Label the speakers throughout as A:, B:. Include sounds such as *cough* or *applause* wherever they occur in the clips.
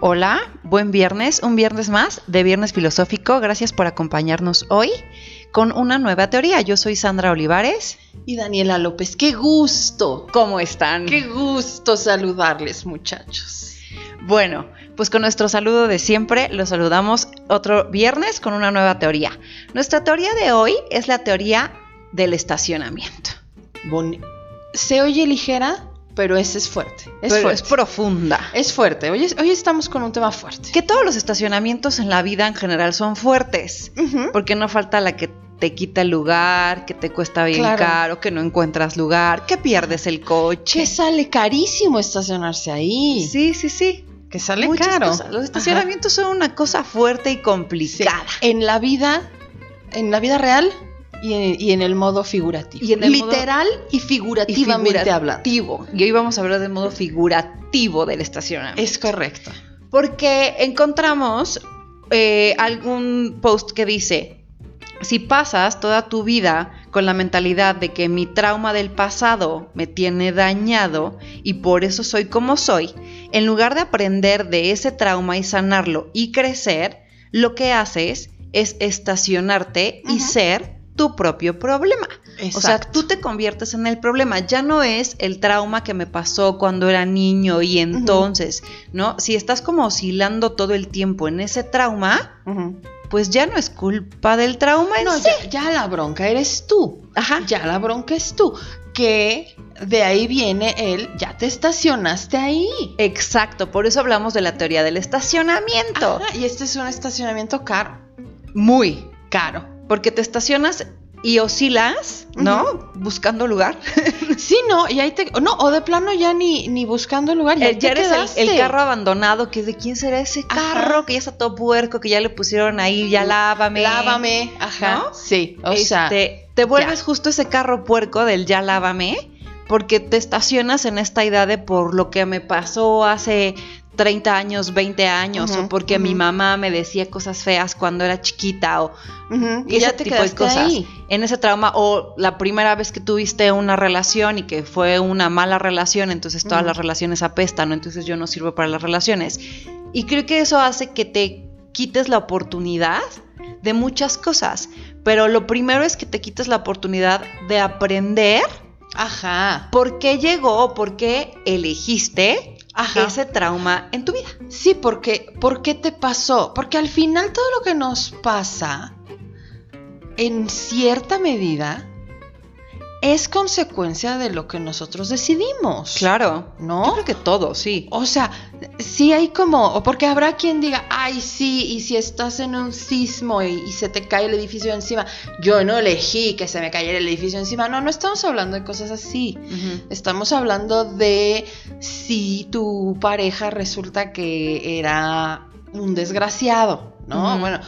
A: Hola, buen viernes, un viernes más de Viernes Filosófico. Gracias por acompañarnos hoy con una nueva teoría. Yo soy Sandra Olivares.
B: Y Daniela López, qué gusto,
A: ¿Cómo están?
B: qué gusto saludarles muchachos.
A: Bueno, pues con nuestro saludo de siempre, los saludamos otro viernes con una nueva teoría. Nuestra teoría de hoy es la teoría del estacionamiento.
B: Boni- Se oye ligera, pero ese es fuerte. Es
A: Pero
B: fuerte.
A: es profunda.
B: Es fuerte. Hoy, es- hoy estamos con un tema fuerte.
A: Que todos los estacionamientos en la vida en general son fuertes.
B: Ujú.
A: Porque no falta la que te quita el lugar, que te cuesta bien
B: Claro.
A: caro, que no encuentras lugar, que pierdes el
B: Que
A: coche.
B: sale carísimo estacionarse ahí.
A: Sí, sí, sí.
B: Que sale
A: Muchas
B: caro.
A: cosas. Los estacionamientos son una cosa fuerte y
B: Sí.
A: complicada.
B: En la vida, en la vida real y en, y en el modo figurativo.
A: Y en el modo-
B: Literal y figurativamente hablando.
A: Figurativo. Y hoy vamos a hablar de modo figurativo del estacionamiento.
B: Es correcto.
A: Porque encontramos eh, algún post que dice, si pasas toda tu vida con la mentalidad de que mi trauma del pasado me tiene dañado y por eso soy como soy, en lugar de aprender de ese trauma y sanarlo y crecer, lo que haces es estacionarte y
B: Ujú.
A: ser tu propio problema. O sea,
B: Exacto.
A: tú te conviertes en el problema. Ya no es el trauma que me pasó cuando era niño y entonces, ¿no? Si estás como oscilando todo el tiempo en ese trauma,
B: Ujú.
A: pues ya no es culpa del trauma en
B: No,
A: sí.
B: ya, ya la bronca eres tú.
A: Ajá.
B: Ya la bronca es tú. Que de ahí viene el ya te estacionaste ahí.
A: Exacto, por eso hablamos de la teoría del estacionamiento.
B: Ajá, y este es un estacionamiento caro.
A: Muy.
B: Caro. *laughs*
A: Porque te estacionas y oscilas, ¿no? Buscando lugar.
B: Sí, no, y ahí te. No, o de plano ya ni, ni buscando lugar. *laughs* Ya,
A: Eh, ya
B: te
A: eres el- el,
B: quedaste.
A: carro abandonado, que es de quién será ese
B: Ajá.
A: carro que ya está todo puerco, que ya le pusieron ahí, ya lávame.
B: Lávame. Ajá.
A: ¿No?
B: Sí. O sea.
A: Este, te vuelves justo ese carro puerco del ya lávame, porque te estacionas en esta idea de por lo que me pasó hace 30 años, 20 años,
B: Ujú,
A: o porque mi
B: ujú.
A: mamá me decía cosas feas cuando era chiquita, o
B: ujú, y
A: ese
B: ya te
A: tipo de
B: quedaste
A: cosas.
B: ahí.
A: en ese trauma, o la primera vez que tuviste una relación y que fue una mala relación, entonces todas
B: Ujú.
A: las relaciones apestan, ¿no? entonces yo no sirvo para las relaciones. Y creo que eso hace que te quites la oportunidad de muchas cosas, pero lo primero es que te quites la oportunidad de aprender
B: Ajá.
A: por qué llegó o por qué elegiste
B: Ajá.
A: ese trauma en tu vida.
B: Sí, porque, ¿por qué te pasó? Porque al final todo lo que nos pasa, en cierta medida, es consecuencia de lo que nosotros decidimos.
A: Claro. Yo
B: ¿No?
A: creo que todo, sí.
B: O sea, sí hay como, o porque habrá quien diga, ay, sí, y si estás en un sismo y, y se te cae el edificio encima, yo no elegí que se me cayera el edificio encima. No, no estamos hablando de cosas así.
A: Ujú.
B: Estamos hablando de si tu pareja resulta que era un desgraciado, ¿no?
A: Ujú.
B: Bueno,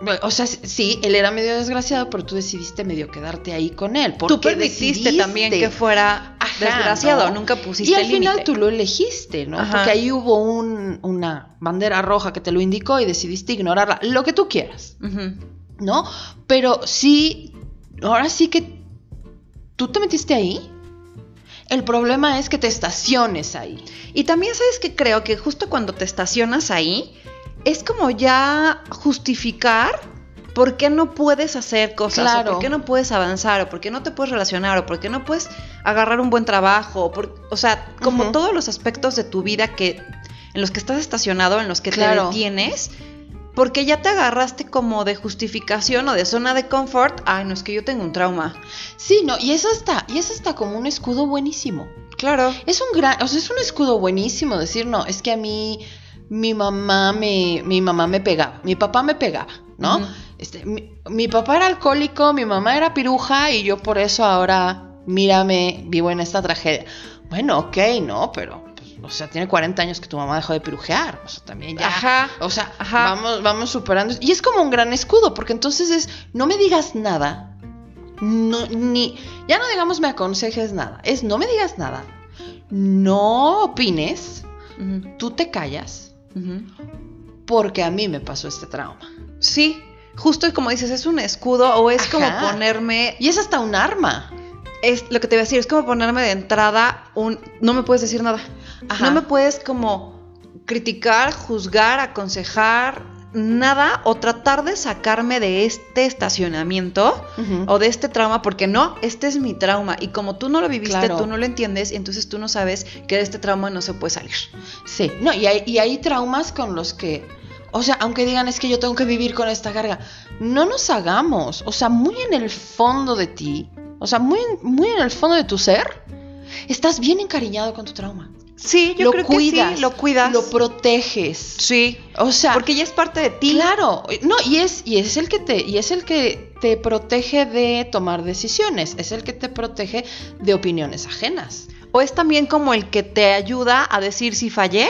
B: bueno, o sea, sí, él era medio desgraciado, pero tú decidiste medio quedarte ahí con él. Porque
A: Tú permitiste
B: decidiste.
A: también que fuera
B: Ajá,
A: desgraciado,
B: ¿no?
A: nunca pusiste
B: Y al final
A: límite.
B: tú lo elegiste, ¿no?
A: Ajá.
B: Porque ahí hubo un- una bandera roja que te lo indicó y decidiste ignorarla, lo que tú quieras.
A: Ujú.
B: ¿no? Pero sí, ahora sí que tú te metiste ahí. El problema es que te estaciones ahí.
A: Y también sabes que creo que justo cuando te estacionas ahí, es como ya justificar por qué no puedes hacer cosas,
B: Claro.
A: o por qué no puedes avanzar, o por qué no te puedes relacionar, o por qué no puedes agarrar un buen trabajo. o por- o sea, como
B: Ujú.
A: todos los aspectos de tu vida que en los que estás estacionado, en los que te
B: Claro.
A: detienes. Porque ya te agarraste como de justificación o de zona de confort. Ay, no, es que yo tengo un trauma.
B: Sí, no, y eso está, y eso está como un escudo buenísimo.
A: Claro.
B: Es un gran, o sea, es un escudo buenísimo decir, no, es que a mí mi mamá me, mi mamá me pegaba, mi papá me pegaba, ¿no?
A: Ujú.
B: Este, mi, mi papá era alcohólico, mi mamá era piruja y yo por eso ahora, mírame, vivo en esta tragedia. Bueno, ok, no, pero, pues, o sea, tiene 40 años que tu mamá dejó de pirujear, o sea, también ya.
A: Ajá.
B: O sea,
A: Ajá.
B: Vamos, vamos superando. Y es como un gran escudo, porque entonces es, no me digas nada, no, ni, ya no digamos me aconsejes nada, es no me digas nada, no opines,
A: Ujú,
B: tú te callas,
A: ujú.
B: porque a mí me pasó este trauma.
A: Sí, justo es como dices, es un escudo o es como
B: Ajá.
A: ponerme,
B: Y es hasta un arma.
A: es lo que te voy a decir, es como ponerme de entrada un, no me puedes decir nada,
B: Ajá.
A: no me puedes como criticar, juzgar, aconsejar, nada o tratar de sacarme de este estacionamiento
B: Ujú.
A: o de este trauma, porque no, este es mi trauma y como tú no lo viviste,
B: Claro.
A: tú no lo entiendes y entonces tú no sabes que de este trauma no se puede salir.
B: Sí, no, y hay, y hay traumas con los que, o sea, aunque digan es que yo tengo que vivir con esta carga, no nos hagamos, o sea, muy en el fondo de ti, o sea, muy, en- muy en el fondo de tu ser, estás bien encariñado con tu trauma.
A: Sí, yo creo que sí, lo cuidas.
B: Lo proteges.
A: sí,
B: O sea,
A: porque ya es parte de ti.
B: Claro, no, y es, y es el que te, y es el que te protege de tomar decisiones, es el que te protege de opiniones ajenas.
A: O es también como el que te ayuda a decir si fallé,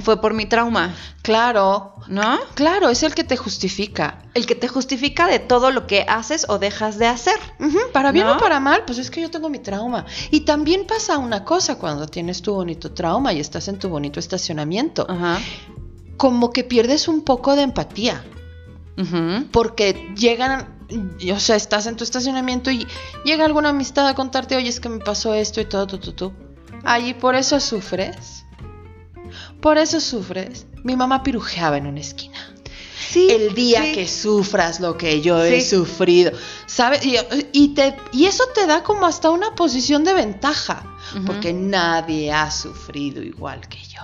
A: fue por mi trauma,
B: Claro,
A: ¿no?
B: claro, es el que te justifica.
A: El que te justifica de todo lo que haces o dejas de hacer.
B: Ujú, Para bien
A: ¿No?
B: o para mal, pues es que yo tengo mi trauma. Y también pasa una cosa cuando tienes tu bonito trauma y estás en tu bonito estacionamiento,
A: Ajá.
B: como que pierdes un poco de empatía.
A: Ujú.
B: porque llegan, y, o sea, estás en tu estacionamiento y llega alguna amistad a contarte, oye, es que me pasó esto y todo, tú, tú, tú. Ay, ¿y por eso sufres. Por eso sufres. Mi mamá pirujeaba en una esquina.
A: Sí.
B: El día
A: sí.
B: que sufras lo que yo he
A: Sí.
B: sufrido, ¿sabes? Y, y te, y eso te da como hasta una posición de ventaja,
A: Ujú.
B: porque nadie ha sufrido igual que yo.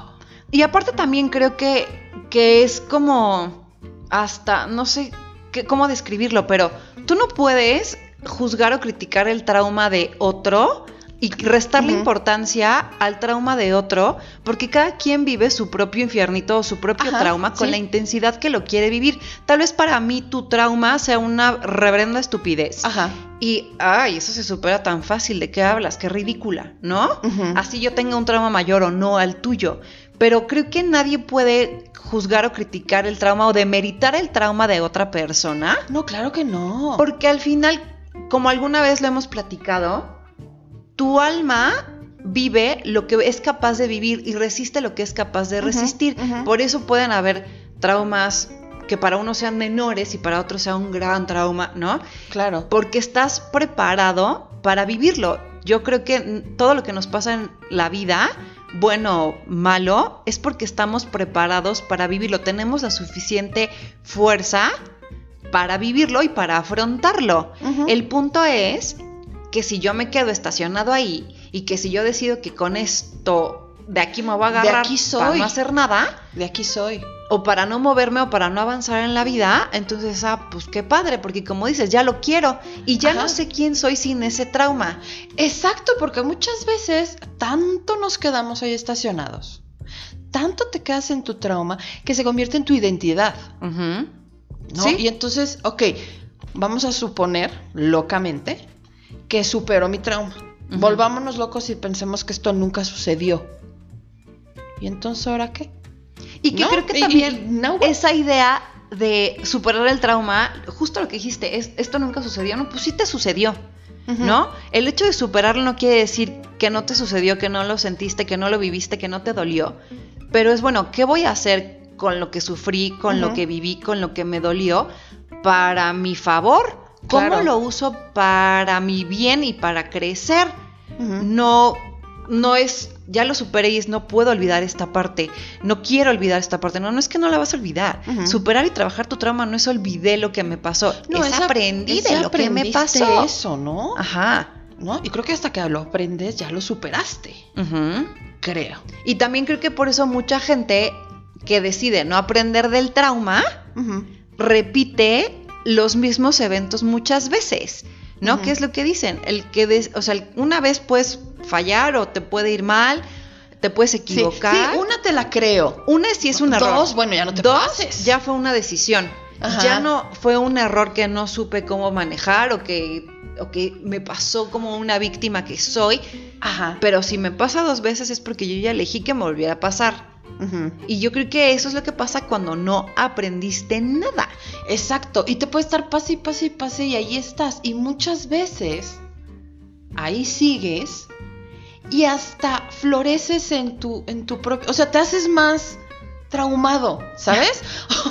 A: Y aparte también creo que, que es como hasta, no sé qué- cómo describirlo, pero tú no puedes juzgar o criticar el trauma de otro y restarle
B: Ujú.
A: importancia al trauma de otro, porque cada quien vive su propio infiernito o su propio
B: Ajá,
A: trauma con
B: sí.
A: la intensidad que lo quiere vivir. Tal vez para mí tu trauma sea una reverenda estupidez.
B: Ajá.
A: Y, ay, eso se supera tan fácil, ¿de qué hablas? Qué ridícula, ¿no?
B: Ujú.
A: Así yo tenga un trauma mayor o no al tuyo. Pero creo que nadie puede juzgar o criticar el trauma o demeritar el trauma de otra persona.
B: No, claro que no.
A: Porque al final, como alguna vez lo hemos platicado, tu alma vive lo que es capaz de vivir y resiste lo que es capaz de
B: Ujú,
A: resistir.
B: ujú.
A: Por eso pueden haber traumas que para unos sean menores y para otros sea un gran trauma, ¿no?
B: Claro.
A: porque estás preparado para vivirlo. Yo creo que n- todo lo que nos pasa en la vida, bueno o malo, es porque estamos preparados para vivirlo. Tenemos la suficiente fuerza para vivirlo y para afrontarlo.
B: Ujú.
A: El punto es que si yo me quedo estacionado ahí y que si yo decido que con esto de aquí me voy a
B: De
A: agarrar
B: aquí
A: para
B: soy.
A: no hacer nada,
B: De aquí soy.
A: o para no moverme o para no avanzar en la vida, entonces, ah, pues qué padre, porque como dices, ya lo quiero y ya
B: Ajá.
A: no sé quién soy sin ese trauma.
B: Exacto, porque muchas veces tanto nos quedamos ahí estacionados, tanto te quedas en tu trauma que se convierte en tu identidad, ¿no?
A: Sí.
B: Y entonces, ok, vamos a suponer locamente que supero mi trauma.
A: Ujú.
B: Volvámonos locos y pensemos que esto nunca sucedió. ¿Y entonces ahora qué?
A: Y que
B: ¿No?
A: creo
B: Y-
A: que
B: y-
A: también
B: no, güey.
A: esa idea de superar el trauma, justo lo que dijiste, es, esto nunca sucedió, no, pues sí te sucedió,
B: Ujú.
A: ¿no? El hecho de superarlo no quiere decir que no te sucedió, que no lo sentiste, que no lo viviste, que no te dolió, pero es bueno, ¿qué voy a hacer con lo que sufrí, con lo
B: Ujú.
A: que viví, con lo que me dolió para mi favor? ¿Cómo
B: Claro.
A: lo uso para mi bien y para crecer?
B: Ujú.
A: no, no es, ya lo superé y es, no puedo olvidar esta parte, no quiero olvidar esta parte, no, no es que no la vas a olvidar.
B: Ujú.
A: Superar y trabajar tu trauma no es olvidé lo que me pasó, es,
B: esa-
A: aprendí
B: ese
A: de lo que me
B: aprendiste
A: pasó. Ah.
B: eso, ¿no?
A: Ajá.
B: ¿no? Y creo que hasta que lo aprendes ya lo superaste,
A: ujú.
B: creo.
A: Y también creo que por eso mucha gente que decide no aprender del trauma,
B: Ujú.
A: repite los mismos eventos muchas veces, ¿no?
B: Ujú.
A: ¿Qué es lo que dicen? El que, des- o sea, el- una vez puedes fallar o te puede ir mal, te puedes
B: Sí,
A: equivocar.
B: sí, una te la creo.
A: Una sí es un
B: Dos,
A: error.
B: bueno, ya no te
A: Dos,
B: pases.
A: ya fue una decisión.
B: Ajá.
A: Ya no fue un error que no supe cómo manejar o que, o que me pasó como una víctima que soy.
B: Ajá.
A: Pero si me pasa dos veces es porque yo ya elegí que me volviera a pasar.
B: Ujú.
A: Y yo creo que eso es lo que pasa cuando no aprendiste nada.
B: Exacto. Y te puede estar pase y pase y pase y ahí estás. Y muchas veces ahí sigues y hasta floreces en tu, en tu propio. O sea, te haces más traumado, ¿sabes?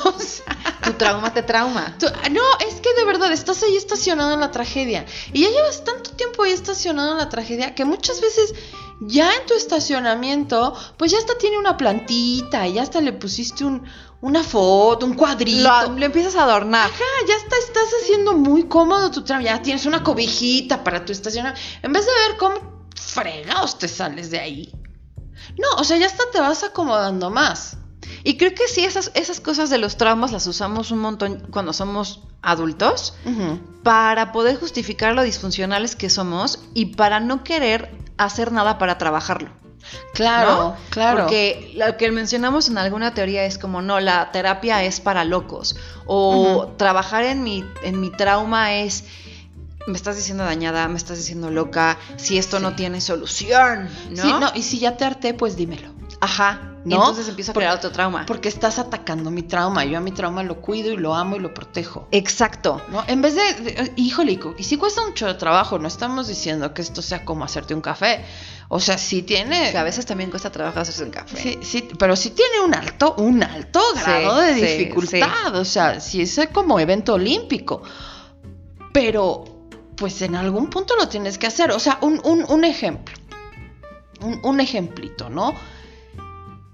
B: o sea.
A: Tu trauma te trauma.
B: Tú- ah, No, es que de verdad estás ahí estacionado en la tragedia. Y ya llevas tanto tiempo ahí estacionado en la tragedia que muchas veces Ya en tu estacionamiento, pues ya hasta tiene una plantita, ya hasta le pusiste un, una foto, un cuadrito.
A: Lo, lo empiezas a adornar.
B: Ajá, Ah, ya está, estás haciendo muy cómodo tu tram, ya tienes una cobijita para tu estacionamiento. En vez de ver cómo fregados te sales de ahí. No, o sea, ya hasta te vas acomodando más.
A: Y creo que sí, esas, esas cosas de los traumas las usamos un montón cuando somos adultos
B: Ujú.
A: para poder justificar lo disfuncionales que somos y para no querer hacer nada para trabajarlo.
B: Claro,
A: ¿no?
B: claro.
A: Porque lo que mencionamos en alguna teoría es como, no, la terapia es para locos. O
B: Ujú.
A: trabajar en mi, en mi trauma es, me estás diciendo dañada, me estás diciendo loca, si esto
B: Sí.
A: no tiene solución, ¿no?
B: Sí, no, y si ya te harté, pues dímelo.
A: Ajá. Y
B: ¿No?
A: entonces empiezo a
B: Porque-
A: crear otro trauma.
B: Porque estás atacando mi trauma. Yo a mi trauma lo cuido y lo amo y lo protejo.
A: Exacto.
B: ¿no? En vez de, de- híjole, y cu- y sí cuesta mucho de trabajo, no estamos diciendo que esto sea como hacerte un café. O sea, sí tiene.
A: Que a veces también cuesta trabajo hacerse un café.
B: Sí, sí, pero sí tiene un alto, un alto
A: Sí,
B: grado de
A: sí,
B: dificultad. O sea, sí es eh, como evento olímpico. Pero, pues en algún punto lo tienes que hacer. O sea, un, un- un ejemplo. Un, un ejemplito, ¿no?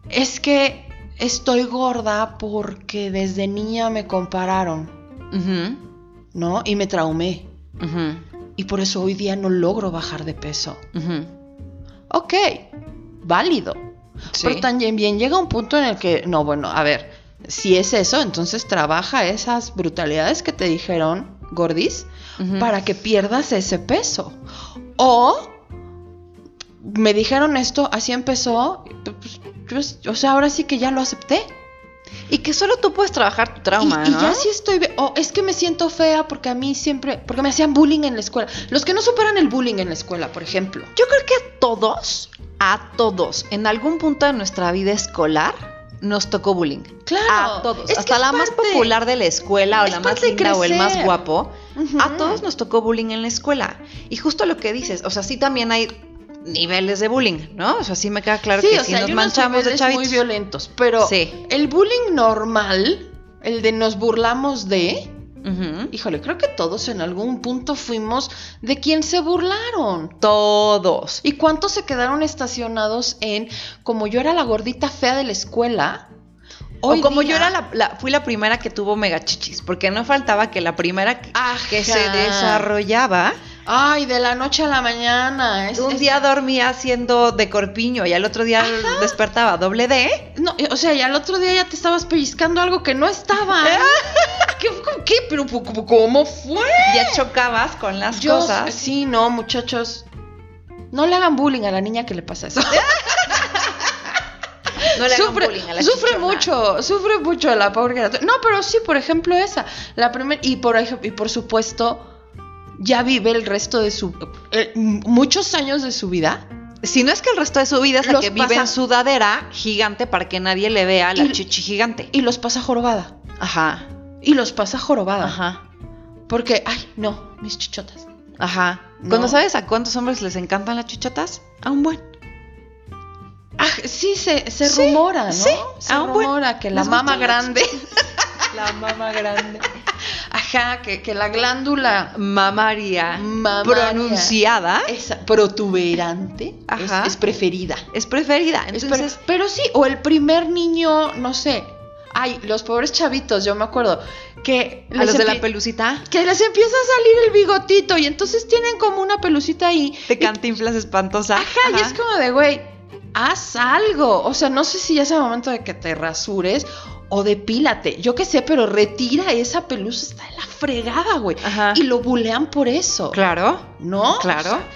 B: Es que estoy gorda porque desde niña me compararon,
A: Ujú,
B: ¿no? Y me traumé.
A: ujú,
B: Y por eso hoy día no logro bajar de peso.
A: ujú.
B: Ok, válido.
A: Sí.
B: Pero también bien llega un punto en el que, no, bueno, a ver, si es eso, entonces trabaja esas brutalidades que te dijeron, gordis,
A: Ujú.
B: para que pierdas ese peso. O me dijeron esto, así empezó, pues, yo- o sea, ahora sí que ya lo acepté.
A: Y que solo tú puedes trabajar tu
B: Y,
A: trauma,
B: y
A: ¿no?
B: ya sí estoy, ve- o es que me siento fea porque a mí siempre, porque me hacían bullying en la escuela. Los que no superan el bullying en la escuela, por ejemplo.
A: Yo creo que a todos, a todos, en algún punto de nuestra vida escolar, nos tocó bullying.
B: Claro,
A: A todos.
B: es que
A: Hasta
B: es
A: la más
B: parte-
A: popular de la escuela o
B: es
A: la más
B: parte de
A: linda o el más
B: crecer.
A: guapo.
B: Ujú.
A: A todos nos tocó bullying en la escuela. Y justo lo que dices, o sea, sí también hay niveles de bullying, ¿no? O sea, sí me queda claro
B: sí,
A: que
B: o
A: si
B: sea,
A: nos
B: hay unos
A: manchamos de
B: niveles
A: chavitos.
B: muy violentos, pero
A: Sí.
B: el bullying normal, el de nos burlamos de,
A: Ujú.
B: híjole, creo que todos en algún punto fuimos de quien se burlaron.
A: Todos.
B: ¿Y cuántos se quedaron estacionados en como yo era la gordita fea de la escuela? hoy
A: o como
B: día-
A: yo era la, la- fui la primera que tuvo mega chichis, porque no faltaba que la primera que, que se
B: Ajá.
A: desarrollaba,
B: Ay, de la noche a la mañana. es-
A: un
B: es-
A: día dormía siendo de corpiño y al otro día despertaba doble D.
B: No, eh, o sea, y al otro día ya te estabas pellizcando algo que
A: *laughs*
B: no estaba. ¿Qué, ¿Qué? ¿Pero ¿cómo- cómo fue?
A: Ya chocabas con las
B: Yo-
A: cosas.
B: *laughs* Sí, no, muchachos. No le hagan bullying a la niña que le
A: *laughs*
B: pasa eso.
A: No le hagan
B: sufre
A: bullying a la
B: sufre
A: chichona.
B: mucho, sufre mucho la pobre criatura. No, pero sí, por ejemplo, esa. La primera. Y por, ej- y por supuesto, ya vive el resto de su. eh, m- muchos años de su vida.
A: Si no es que el resto de su vida es la
B: Los
A: que vive
B: pasa-
A: en sudadera gigante para que nadie le vea la
B: Y-
A: chichi gigante.
B: Y los pasa jorobada.
A: Ajá,
B: Y los pasa jorobada.
A: ajá,
B: Porque, ay, no, mis chichotas.
A: ajá.
B: No.
A: Cuando sabes a cuántos hombres les encantan las chichotas, a un buen.
B: Ah, sí, se, se
A: Sí,
B: rumora, ¿no?
A: sí.
B: se
A: Ah, bueno.
B: rumora que la
A: Les gustan
B: mama
A: las
B: grande. *laughs*
A: La mamá grande.
B: Ajá, que, que la glándula.
A: Mamaria,
B: Mamaria.
A: pronunciada
B: Esa protuberante es,
A: Ajá.
B: es preferida.
A: es preferida.
B: Es
A: Entonces,
B: pre- pero sí, o el primer niño, no sé. Ay, los pobres chavitos, yo me acuerdo. Que
A: a
B: les
A: los de la
B: empie-
A: pelucita
B: Que les empieza a salir el bigotito y entonces tienen como una pelucita ahí.
A: de cantinflas espantosa.
B: Ajá, y es como de, güey, haz algo. O sea, no sé si ya es el momento de que te rasures o depílate. Yo qué sé, pero retira esa pelusa, está de la fregada, güey.
A: Ajá.
B: Y lo bulean por eso.
A: Claro,
B: ¿No?
A: Ah. claro.
B: O sea,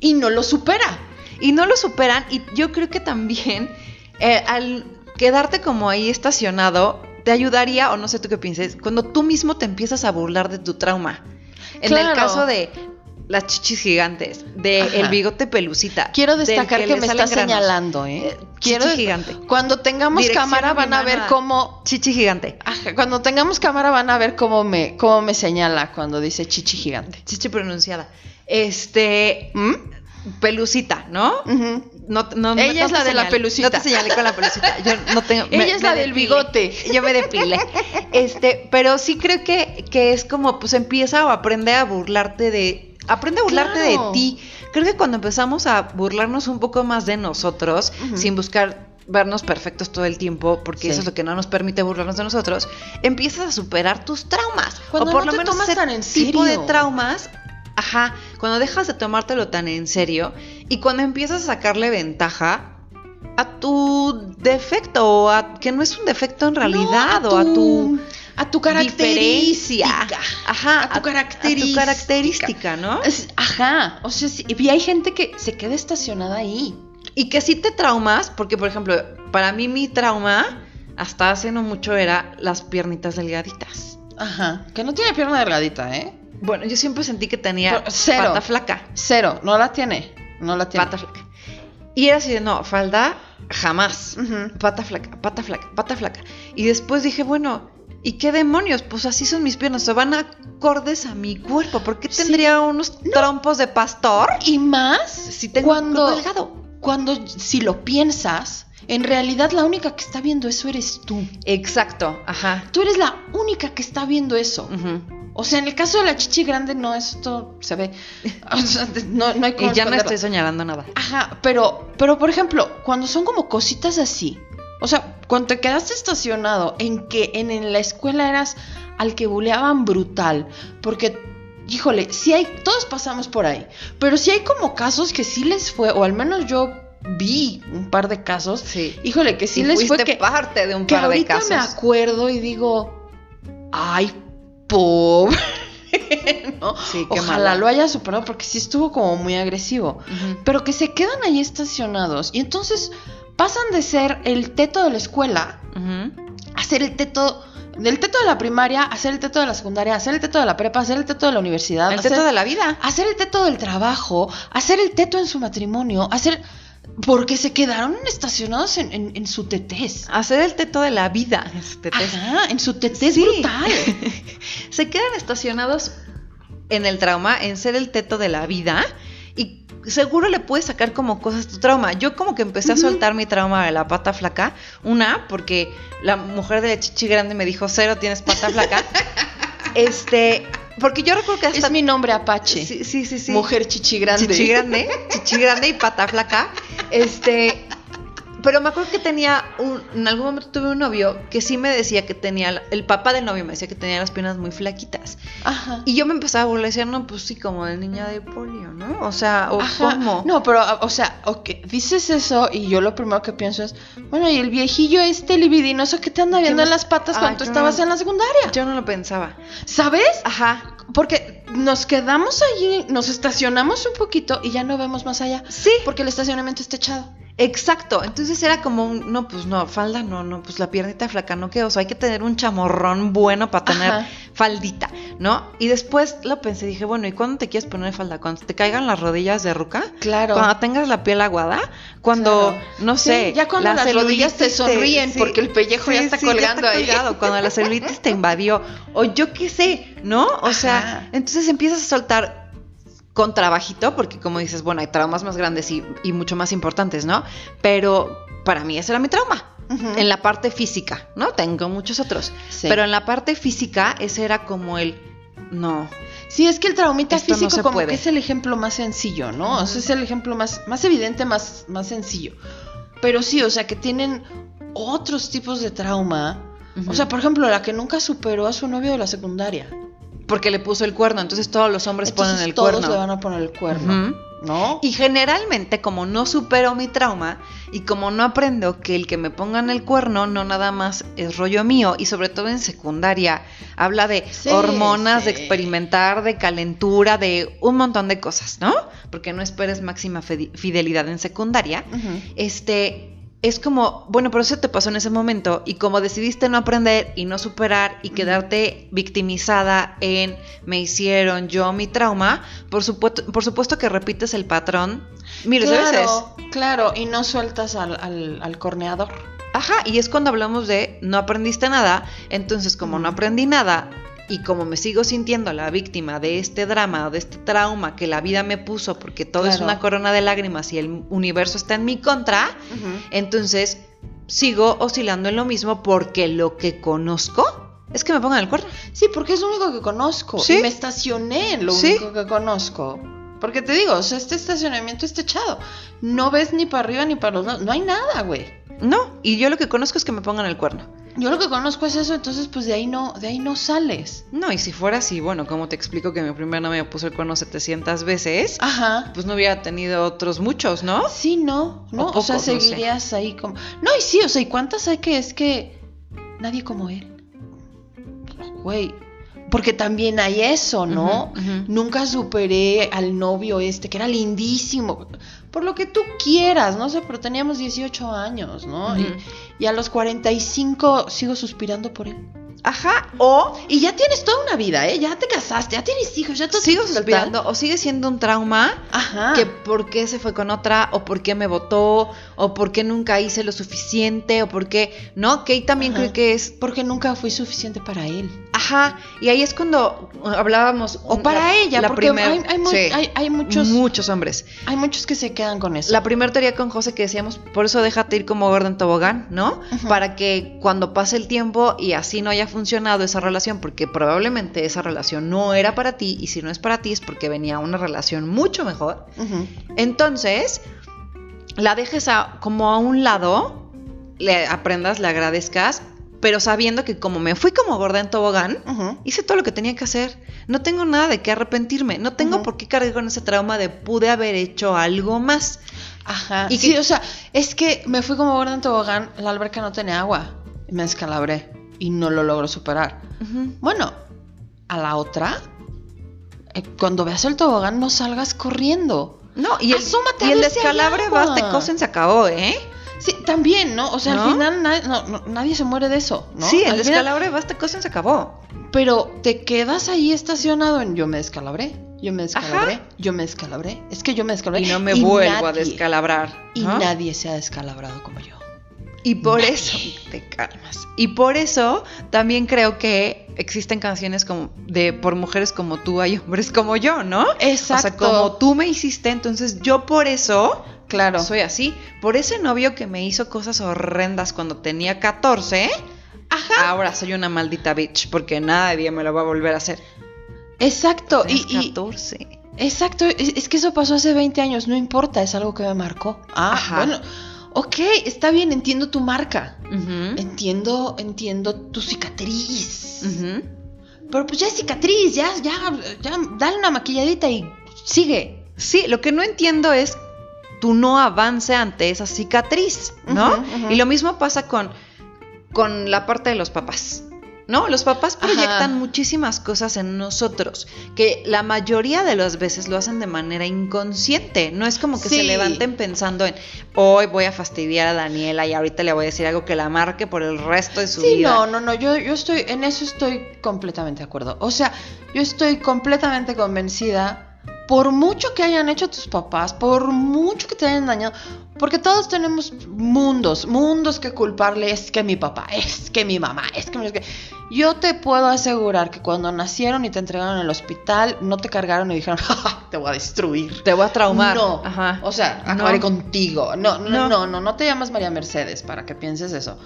B: y no lo supera.
A: y no lo superan. Y yo creo que también eh, al quedarte como ahí estacionado, te ayudaría, o no sé tú qué pienses, cuando tú mismo te empiezas a burlar de tu trauma. En
B: Claro.
A: el caso de las chichis gigantes, de
B: Ajá.
A: el bigote pelucita.
B: Quiero
A: del
B: destacar que,
A: le
B: me
A: salen
B: está
A: granos.
B: señalando, ¿eh?
A: Eh,
B: Quiero
A: chichi
B: dest-
A: gigante.
B: Cuando tengamos
A: Dirección
B: cámara van a ver
A: humana.
B: cómo
A: Chichi gigante.
B: ajá, cuando tengamos cámara van a ver cómo me cómo me señala cuando dice chichi gigante.
A: Chichi pronunciada. Este,
B: ¿Mm?
A: pelucita, ¿no?
B: Ujú.
A: No, no, no
B: Ella es la
A: te
B: de la
A: señalé.
B: pelucita.
A: No te señalé con la pelucita. Yo no tengo.
B: *laughs* Ella es la del bigote.
A: *laughs* Yo me depilé. Este, pero sí creo que, que es como, pues empieza o aprende a burlarte de Aprende a burlarte
B: Claro.
A: de ti. Creo que cuando empezamos a burlarnos un poco más de nosotros,
B: Ujú.
A: sin buscar vernos perfectos todo el tiempo, porque
B: Sí.
A: eso es lo que no nos permite burlarnos de nosotros, empiezas a superar tus traumas.
B: Cuando
A: o por
B: no
A: lo
B: te
A: menos
B: tomas
A: ese
B: tan en
A: tipo de
B: serio.
A: traumas, ajá, cuando dejas de tomártelo tan en serio y cuando empiezas a sacarle ventaja a tu defecto o a que no es un defecto en realidad
B: No,
A: o a tu
B: a tu característica.
A: diferencia. Ajá,
B: A tu
A: A tu
B: característica.
A: característica, ¿no?
B: Es- ajá, o sea, sí, y hay gente que se queda estacionada ahí.
A: Y que sí te traumas, porque por ejemplo, para mí mi trauma hasta hace no mucho era las piernitas delgaditas.
B: Ajá, que no tiene pierna delgadita, ¿eh?
A: Bueno, yo siempre sentí que tenía
B: Pero, cero.
A: pata flaca,
B: Cero, no la tiene, no la tiene.
A: pata flaca. Y era así de, no, falda jamás.
B: Ujú.
A: Pata flaca, pata flaca, pata flaca. Y después dije, bueno, ¿y qué demonios? Pues así son mis piernas, se van acordes a mi cuerpo. ¿Por qué
B: Sí.
A: tendría unos trompos de pastor
B: Y más
A: si tengo un
B: cuando,
A: cuerpo delgado?
B: cuando, si lo piensas, en realidad la única que está viendo eso eres tú.
A: Exacto, ajá.
B: Tú eres la única que está viendo eso.
A: Ujú.
B: O sea, en el caso de la chichi grande, no, esto se ve. *laughs* O sea, no, no hay cómo
A: Y ya no
B: esconderlo.
A: estoy señalando nada.
B: Ajá, pero, pero por ejemplo, cuando son como cositas así, o sea, cuando te quedaste estacionado en que en, en la escuela eras al que buleaban brutal, porque, híjole, sí hay, todos pasamos por ahí, pero sí hay como casos que sí les fue, o al menos yo vi un par de casos,
A: Sí.
B: híjole, que sí
A: Y
B: les fue
A: fuiste
B: que,
A: parte de un
B: que
A: par de
B: ahorita
A: casos.
B: me acuerdo y digo, ay, pobre, ¿no?
A: Sí, qué
B: Ojalá
A: mala.
B: lo haya superado porque sí estuvo como muy agresivo
A: Ujú.
B: pero que se quedan ahí estacionados y entonces pasan de ser el teto de la escuela
A: Ujú.
B: a ser el teto del teto de la primaria, a ser el teto de la secundaria, a ser el teto de la prepa, a ser el teto de la universidad,
A: El
B: a
A: teto
B: ser-
A: de la vida.
B: a ser el teto del trabajo, a ser el teto en su matrimonio, a ser porque se quedaron estacionados en, en- en su tetés.
A: Hacer el teto de la vida. Este test.
B: Ajá, en su tetés
A: Sí. *laughs*
B: brutal.
A: Se quedan estacionados en el trauma, en ser el teto de la vida. Y seguro le puedes sacar como cosas tu trauma. Yo como que empecé a
B: Ujú.
A: soltar mi trauma de la pata flaca. Una, porque la mujer de la chichi grande me dijo, cero, tienes pata
B: *laughs*
A: flaca. este, porque yo recuerdo que hasta...
B: Es mi nombre apache.
A: sí, sí, sí, sí.
B: Mujer chichi grande.
A: Chichi grande, chichi grande y pata flaca. Este, pero me acuerdo que tenía un, en algún momento tuve un novio que sí me decía que tenía, el papá del novio me decía que tenía las piernas muy flaquitas.
B: Ajá.
A: Y yo me empezaba a burlar, decía, no, pues sí, como el niño de polio, ¿no? O sea, o
B: Ajá.
A: cómo.
B: No, pero, a- o sea, ok, dices eso y yo lo primero que pienso es, bueno, y el viejillo este libidinoso que te anda viendo
A: me-
B: en las patas
A: Ay,
B: cuando tú
A: yo
B: estabas
A: no-
B: en la secundaria.
A: Yo no lo pensaba.
B: ¿Sabes?
A: Ajá.
B: Porque nos quedamos allí, nos estacionamos un poquito y ya no vemos más allá.
A: Sí,
B: Porque el estacionamiento está echado.
A: exacto. Entonces era como un, no, pues no, falda no, no, pues la piernita flaca no quedó. O sea, hay que tener un chamorrón bueno para tener
B: Ajá.
A: faldita, ¿no? Y después lo pensé, dije, bueno, ¿y cuándo te quieres poner falda? ¿Cuando te caigan las rodillas de ruca?
B: Claro.
A: Cuando tengas la piel aguada, cuando,
B: Claro.
A: no
B: Sí,
A: sé.
B: ya cuando
A: la
B: las rodillas te
A: celulitis
B: sonríen porque el pellejo ya está colgando ahí.
A: colgado, cuando la celulitis te invadió, o yo qué sé, ¿no? O
B: Ajá.
A: sea, entonces empiezas a soltar con trabajito, porque como dices, bueno, hay traumas más grandes y, y mucho más importantes, ¿no? Pero para mí ese era mi trauma.
B: Ujú.
A: En la parte física, ¿no? Tengo muchos otros.
B: Sí.
A: Pero en la parte física, ese era como el. No.
B: Sí, es que el traumita
A: Esto no
B: físico
A: se
B: como
A: puede.
B: que es el ejemplo más sencillo, ¿no? O sea, es el ejemplo más, más evidente, más, más sencillo. Pero sí, o sea, que tienen otros tipos de trauma.
A: Ujú.
B: O sea, por ejemplo, la que nunca superó a su novio de la secundaria.
A: Porque le puso el cuerno, entonces todos los hombres
B: Entonces,
A: ponen el
B: todos
A: cuerno.
B: le van a poner el cuerno,
A: Ujú.
B: ¿no?
A: Y generalmente, como no supero mi trauma y como no aprendo que el que me pongan el cuerno no nada más es rollo mío, y sobre todo en secundaria, habla de
B: Sí,
A: hormonas, de
B: sí.
A: experimentar, de calentura, de un montón de cosas, ¿no? Porque no esperes máxima fide- fidelidad en secundaria.
B: Ujú.
A: Este. Es como, bueno, pero eso te pasó en ese momento y como decidiste no aprender y no superar y quedarte victimizada en me hicieron yo mi trauma, por supuesto, por supuesto que repites el patrón miles de veces.
B: Claro, claro, y no sueltas al, al- al corneador.
A: Ajá, y es cuando hablamos de no aprendiste nada, entonces como no aprendí nada y como me sigo sintiendo la víctima de este drama o de este trauma que la vida me puso porque todo es
B: Claro.
A: una corona de lágrimas y el universo está en mi contra, entonces sigo oscilando en lo mismo porque lo que conozco es que me pongan el cuerno.
B: Sí, porque es lo único que conozco.
A: Sí.
B: Y me estacioné en lo
A: Sí.
B: único que conozco. Porque te digo, o sea, este estacionamiento está echado. No ves ni para arriba ni para los lados. No hay nada, güey.
A: No, y yo lo que conozco es que me pongan el cuerno.
B: Yo lo que conozco es eso, entonces pues de ahí no, de ahí no sales.
A: No, y si fuera así, bueno, ¿cómo te explico que mi primer novio me puso el cuerno 700 veces?
B: Ajá.
A: Pues no hubiera tenido otros muchos, ¿no?
B: Sí, no, no, o,
A: pocos,
B: sea,
A: no sé.
B: seguirías ahí como. No, y sí, o sea, ¿y cuántas hay que es que nadie como él? Pues, Güey, porque también hay eso, ¿no?
A: Ujú, ujú.
B: Nunca superé al novio este, que era lindísimo. Por lo que tú quieras, no sé, pero teníamos 18 años, ¿no? Y-
A: Ujú.
B: y, a los 45 sigo suspirando por él.
A: Ajá, o
B: Y ya tienes toda una vida, ¿eh? Ya te casaste, ya tienes hijos, ya te
A: sigo suspirando, o sigue siendo un trauma
B: Ajá.
A: que por qué se fue con otra, o por qué me votó, o por qué nunca hice lo suficiente, o por qué, ¿no? Que ahí también
B: Ajá.
A: creo que es
B: Porque nunca fui suficiente para él.
A: Ajá, y ahí es cuando uh, hablábamos.
B: O
A: un-
B: para
A: la-
B: ella,
A: la
B: porque
A: primer-
B: hay, hay mu-
A: sí,
B: hay- hay muchos,
A: muchos hombres.
B: hay muchos que se quedan con eso.
A: La primera teoría con José que decíamos, por eso déjate ir como gordo en tobogán, ¿no?
B: Ujú.
A: Para que cuando pase el tiempo y así no haya funcionado esa relación, porque probablemente esa relación no era para ti, y si no es para ti es porque venía una relación mucho mejor.
B: Ujú.
A: Entonces, la dejes a- como a un lado, le aprendas, le agradezcas, pero sabiendo que como me fui como gorda en tobogán,
B: Ujú.
A: Hice todo lo que tenía que hacer. No tengo nada de qué arrepentirme. No tengo
B: Ujú.
A: por qué cargar con ese trauma de pude haber hecho algo más.
B: Ajá.
A: Y
B: sí,
A: que-
B: o sea, es que me fui como gorda en tobogán, la alberca no tenía agua. y Me descalabré y no lo logro superar. Bueno, a la otra, eh, cuando veas el tobogán no salgas corriendo.
A: No, y el,
B: Asómate a
A: y el
B: ver si hay
A: descalabre,
B: agua.
A: basta, cosen, se acabó, ¿eh?
B: Sí, también, ¿no? O sea,
A: ¿No?
B: al final na- no- no, nadie se muere de eso, ¿no?
A: Sí, el
B: Al final-
A: descalabre, basta, cosen, se acabó.
B: Pero te quedas ahí estacionado en yo me descalabré, yo me descalabré,
A: Ajá.
B: yo me descalabré. Es que yo me descalabré.
A: Y no me vuelvo a ¿Ah?
B: nadie-
A: descalabrar.
B: Y
A: ¿no?
B: nadie se ha descalabrado como yo.
A: Y por
B: Nadie.
A: eso te calmas. Y por eso también creo que existen canciones como de por mujeres como tú hay hombres como yo, ¿no? O
B: Exacto.
A: sea, como tú me hiciste, entonces yo por eso
B: claro.
A: Soy así. Por ese novio que me hizo cosas horrendas cuando tenía 14,
B: Ajá.
A: ahora soy una maldita bitch porque nadie me lo va a volver a hacer.
B: Exacto. Y,
A: Tienes
B: y-
A: 14.
B: exacto. Es, es que eso pasó hace 20 años. No importa. Es algo que me marcó. Ah,
A: Ajá.
B: bueno. Ok, está bien. Entiendo tu marca.
A: Ujú,
B: Entiendo, entiendo tu cicatriz.
A: ujú.
B: Pero pues ya es cicatriz. Ya, ya, ya. Dale una maquilladita y sigue.
A: Sí, lo que no entiendo es tu no avance ante esa cicatriz, ¿no?
B: Ujú, ujú.
A: Y lo mismo pasa con, con la parte de los papás. ¿No? Los papás
B: Ajá.
A: proyectan muchísimas cosas en nosotros, que la mayoría de las veces lo hacen de manera inconsciente. No es como que se
B: Sí.
A: levanten pensando en hoy voy a fastidiar a Daniela y ahorita le voy a decir algo que la marque por el resto de su
B: Sí,
A: vida.
B: no, no, no, yo, yo estoy, en eso estoy completamente de acuerdo. O sea, yo estoy completamente convencida, por mucho que hayan hecho tus papás, por mucho que te hayan dañado, porque todos tenemos mundos, mundos que culparle, es que mi papá, es que mi mamá, es que... mi- es que- Yo te puedo asegurar que cuando nacieron y te entregaron al hospital, no te cargaron y dijeron, *laughs* "Ja, ja, te voy a destruir.
A: Te voy a traumar.
B: No,
A: Ajá.
B: o sea, acabaré
A: No.
B: contigo. No, no,
A: No.
B: no, no, no, te llamas María Mercedes para que pienses eso.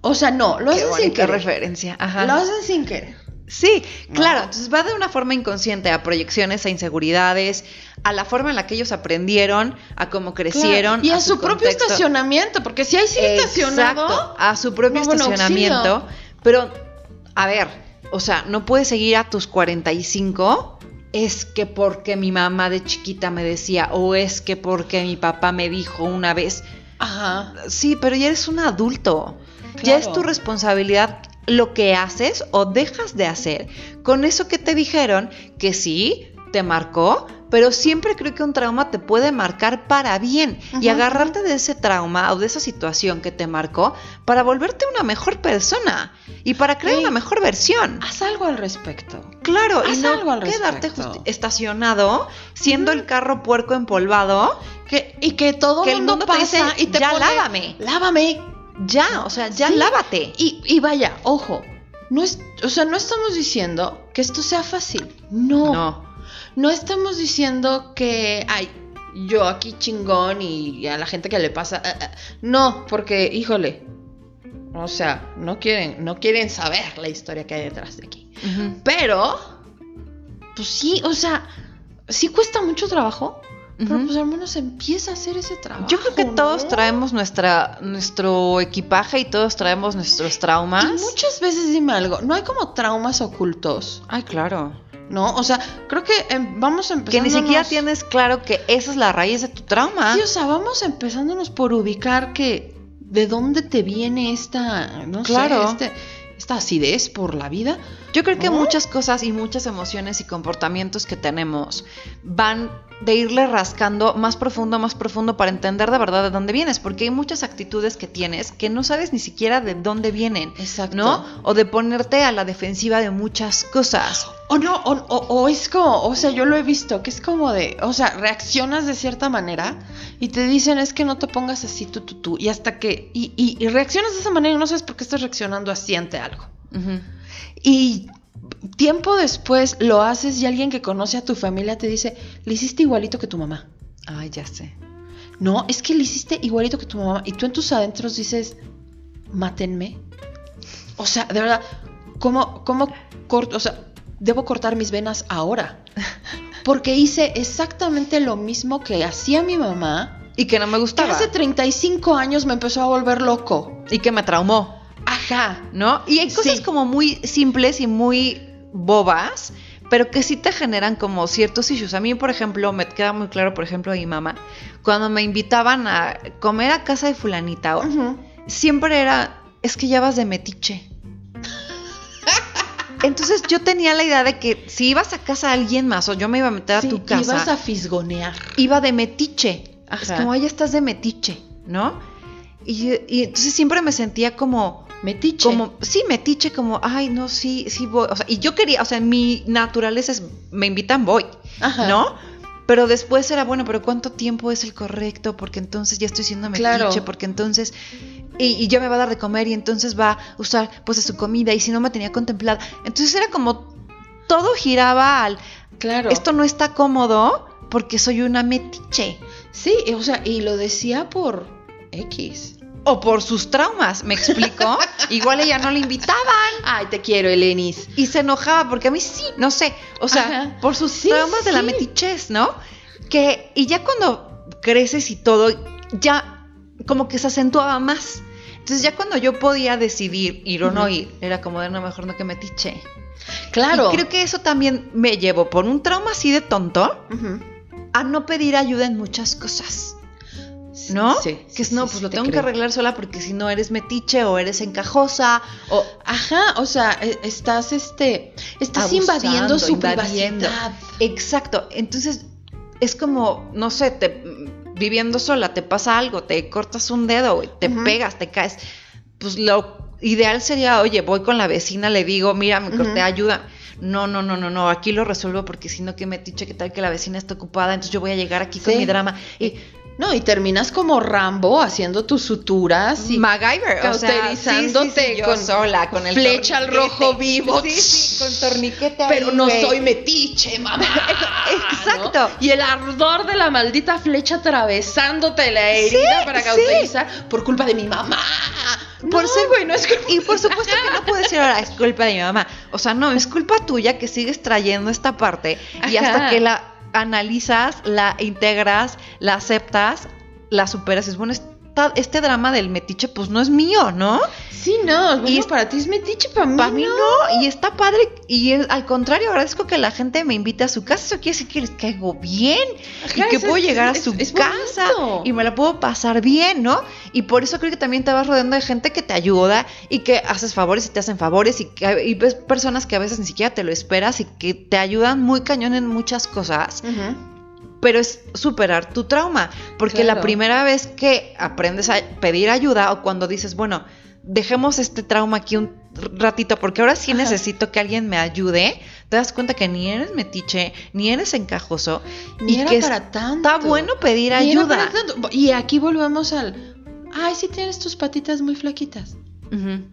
B: O sea, no,
A: Qué
B: lo hacen sin
A: bonita
B: querer.
A: referencia. Ajá.
B: Lo hacen sin querer.
A: Sí,
B: ¿no?
A: claro. Entonces va de una forma inconsciente a proyecciones, a inseguridades, a la forma en la que ellos aprendieron, a cómo crecieron.
B: y a, su, propio
A: contexto.
B: estacionamiento, porque si hay sí
A: Exacto,
B: estacionado,
A: a su propio
B: No, bueno,
A: estacionamiento.
B: auxilio.
A: Pero, a ver, o sea, no puedes seguir a tus 45. Es que porque mi mamá de chiquita me decía, o es que porque mi papá me dijo una vez.
B: ajá,
A: Sí, pero ya eres un adulto. Ya es
B: Claro.
A: tu responsabilidad lo que haces o dejas de hacer con eso que te dijeron, que sí, te marcó, pero siempre creo que un trauma te puede marcar para bien y
B: Ujú.
A: agarrarte de ese trauma o de esa situación que te marcó para volverte una mejor persona y para crear
B: Sí.
A: una mejor versión.
B: haz algo al respecto.
A: Claro, y
B: haz
A: no
B: algo al
A: quedarte
B: respecto.
A: justi- estacionado siendo el carro puerco empolvado.
B: Que, y que todo
A: Que el
B: mundo,
A: mundo te
B: pasa
A: dice,
B: y te
A: "Ya
B: pone,
A: lávame".
B: Lávame.
A: Ya, o sea, ya
B: Sí.
A: lávate.
B: Y, y vaya, ojo, no es, o sea, no estamos diciendo que esto sea fácil.
A: No.
B: No estamos diciendo que, ay, yo eh, aquí chingón y a la gente que le pasa. ah, ah. No, porque, híjole, O sea, no quieren, no quieren saber la historia que hay detrás de aquí. Pero, pues sí, o sea, sí cuesta mucho trabajo, pero
A: Ujú.
B: pues al menos empieza a hacer ese trabajo.
A: Yo creo que
B: ¿no?
A: todos traemos nuestra, nuestro equipaje y todos traemos nuestros traumas.
B: Y muchas veces dime algo, no hay como traumas ocultos,
A: Ay, claro.
B: ¿no? O sea, creo que em, vamos empezando.
A: Que ni siquiera tienes claro que esa es la raíz de tu trauma.
B: Sí, o sea, vamos empezándonos por ubicar que de dónde te viene esta, no
A: Claro.
B: sé, este- esta acidez por la vida.
A: Yo creo que
B: ¿No?
A: muchas cosas y muchas emociones y comportamientos que tenemos van de irle rascando más profundo, más profundo para entender de verdad de dónde vienes, porque hay muchas actitudes que tienes que no sabes ni siquiera de dónde vienen,
B: Exacto.
A: ¿no? O de ponerte a la defensiva de muchas cosas.
B: O no, o, o- o es como, o sea, yo lo he visto, que es como de, o sea, reaccionas de cierta manera y te dicen es que no te pongas así tú, tú, tú, y hasta que, y, y- y reaccionas de esa manera y no sabes por qué estás reaccionando así ante algo.
A: Ujú.
B: Y tiempo después lo haces y alguien que conoce a tu familia te dice, le hiciste igualito que tu mamá.
A: Ay, ya sé.
B: No, es que le hiciste igualito que tu mamá. Y tú en tus adentros dices, mátenme. O sea, de verdad, ¿cómo, cómo corto? O sea, debo cortar mis venas
A: *laughs*
B: ahora. Porque hice exactamente lo mismo que hacía mi mamá.
A: Y que no me
B: Que
A: gustaba.
B: hace 35 años me empezó a volver loco.
A: Y que me traumó,
B: Ajá.
A: ¿no? Y hay cosas
B: Sí.
A: como muy simples y muy bobas, pero que sí te generan como ciertos issues. A mí, por ejemplo, me queda muy claro, por ejemplo, de mi mamá, cuando me invitaban a comer a casa de fulanita, o-
B: Ujú.
A: siempre era, es que ya vas de
B: *laughs*
A: metiche. Entonces yo tenía la idea de que si ibas a casa de alguien más o yo me iba a meter
B: Sí,
A: a tu
B: y
A: casa,
B: vas a fisgonear.
A: iba de metiche. Es
B: Ajá.
A: como, "Ay, ya estás de metiche, ¿no? Y, yo- y entonces siempre me sentía como,
B: Metiche.
A: como, sí, metiche, como, ay, no, sí, sí voy. O sea, y yo quería, o sea, mi naturaleza es, me invitan, voy,
B: Ajá.
A: ¿no? Pero después era, bueno, pero ¿cuánto tiempo es el correcto? Porque entonces ya estoy siendo metiche,
B: Claro.
A: porque entonces, y, y ya me va a dar de comer y entonces va a usar, pues, de su comida y si no me tenía contemplada. Entonces era como, todo giraba al,
B: Claro.
A: esto no está cómodo porque soy una metiche.
B: Sí, y, o sea, y lo decía por X.
A: O por sus traumas, ¿me
B: *laughs*
A: explico? Igual ella no le invitaba
B: Ay, te quiero, Elenis.
A: y se enojaba porque a mí sí, no sé. O sea,
B: Ajá.
A: por sus
B: Sí,
A: traumas de la
B: sí.
A: metichez, ¿no? Que, y ya cuando creces y todo, ya como que se acentuaba más. Entonces ya cuando yo podía decidir ir o no
B: Ujú.
A: ir, era como de no mejor no que metiche.
B: Claro.
A: Y creo que eso también me llevó por un trauma así de tonto
B: Ujú.
A: a no pedir ayuda en muchas cosas.
B: Sí,
A: ¿No?
B: sí,
A: que es,
B: sí,
A: no,
B: sí,
A: pues
B: sí,
A: lo
B: te
A: tengo que
B: creo.
A: arreglar sola porque si no eres metiche o eres encajosa o...
B: Ajá, o sea, e- estás este. Estás
A: Abusando,
B: invadiendo su
A: invadiendo.
B: privacidad.
A: Exacto, entonces es como, no sé, te, viviendo sola, te pasa algo, te cortas un dedo, güey, te
B: Ujú.
A: pegas, te caes. Pues lo ideal sería, oye, voy con la vecina, le digo, mira, me corté,
B: Ujú.
A: ayuda. No, no, no, no, no, aquí lo resuelvo porque si no, que metiche, que tal que la vecina está ocupada, entonces yo voy a llegar aquí con
B: Sí.
A: mi drama. Y
B: No, y terminas como Rambo haciendo tus suturas y
A: MacGyver, o sea,
B: Cauterizándote
A: yo
B: con
A: sola, con el
B: flecha al
A: torniquete.
B: rojo vivo.
A: Sí, sí, con torniquete.
B: Pero
A: ahí,
B: no
A: güey.
B: soy metiche,
A: *laughs*
B: mamá.
A: Exacto.
B: ¿no? Y el ardor de la maldita flecha atravesándote la
A: Sí,
B: herida para
A: sí.
B: cauterizar por culpa de mi mamá. por
A: No,
B: ser güey, no es culpa.
A: Y por supuesto que no puedo decir ahora, es culpa de mi mamá. O sea, no, es culpa tuya que sigues trayendo esta parte y
B: Ajá.
A: hasta que la analizas, la integras, la aceptas, la superas. Es bueno, esta- este drama del metiche, pues no es mío, ¿no?
B: Sí, no,
A: Y
B: y
A: es-
B: para ti es metiche, para mí,
A: Para mí
B: no.
A: no, y está padre. Y es- al contrario, agradezco que la gente me invite a su casa. Eso quiere decir que les caigo bien
B: Ajá,
A: y que
B: es-
A: puedo
B: es-
A: llegar a
B: es-
A: su
B: es
A: casa
B: bonito.
A: y me la puedo pasar bien, ¿no? Y por eso creo que también te vas rodeando de gente que te ayuda y que haces favores y te hacen favores y, que, y ves personas que a veces ni siquiera te lo esperas y que te ayudan muy cañón en muchas cosas.
B: Ujú.
A: Pero es superar tu trauma, porque la
B: Claro.
A: primera vez que aprendes a pedir ayuda o cuando dices, bueno, dejemos este trauma aquí un ratito, porque ahora sí
B: Ajá.
A: necesito que alguien me ayude, te das cuenta que ni eres metiche, ni eres encajoso,
B: Ni
A: y
B: era
A: que
B: para tanto.
A: está bueno pedir
B: Ni era
A: ayuda.
B: para tanto. Y aquí volvemos al. Ay, sí tienes tus patitas muy flaquitas.
A: Ujú,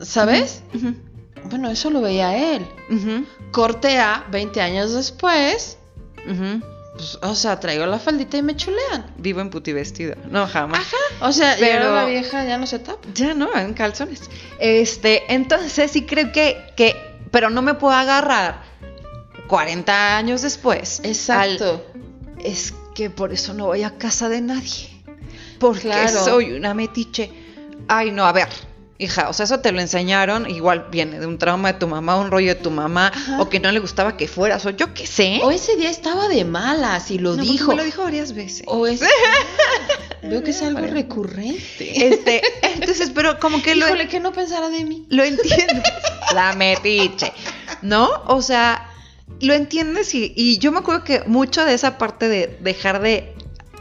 B: ¿Sabes?
A: ujú,
B: Bueno, eso lo veía él.
A: ujú,
B: Corte A, 20 años después,
A: ujú.
B: pues, o sea, traigo la faldita y me chulean.
A: Vivo en puti vestida. No, jamás.
B: O sea,
A: Pero-
B: pero la vieja ya no se tapa.
A: Ya no, en calzones. Este, entonces sí creo que, que pero no me puedo agarrar 40 años después. al-
B: Exacto.
A: es que por eso no voy a casa de nadie. Porque
B: Claro.
A: soy una metiche. Ay, no, a ver. Hija, o sea, eso te lo enseñaron, igual viene de un trauma de tu mamá, un rollo de tu mamá,
B: Ajá.
A: o que no le gustaba que fueras, o yo qué sé.
B: O ese día estaba de malas y lo
A: No, porque
B: dijo.
A: me lo dijo varias veces.
B: O es. *laughs* Veo que es algo
A: Vale.
B: recurrente.
A: Este, entonces, pero como que lo,
B: Híjole, que no pensara de mí.
A: lo entiendes. La metiche. ¿No? O sea, lo entiendes y, y yo me acuerdo que mucho de esa parte de dejar de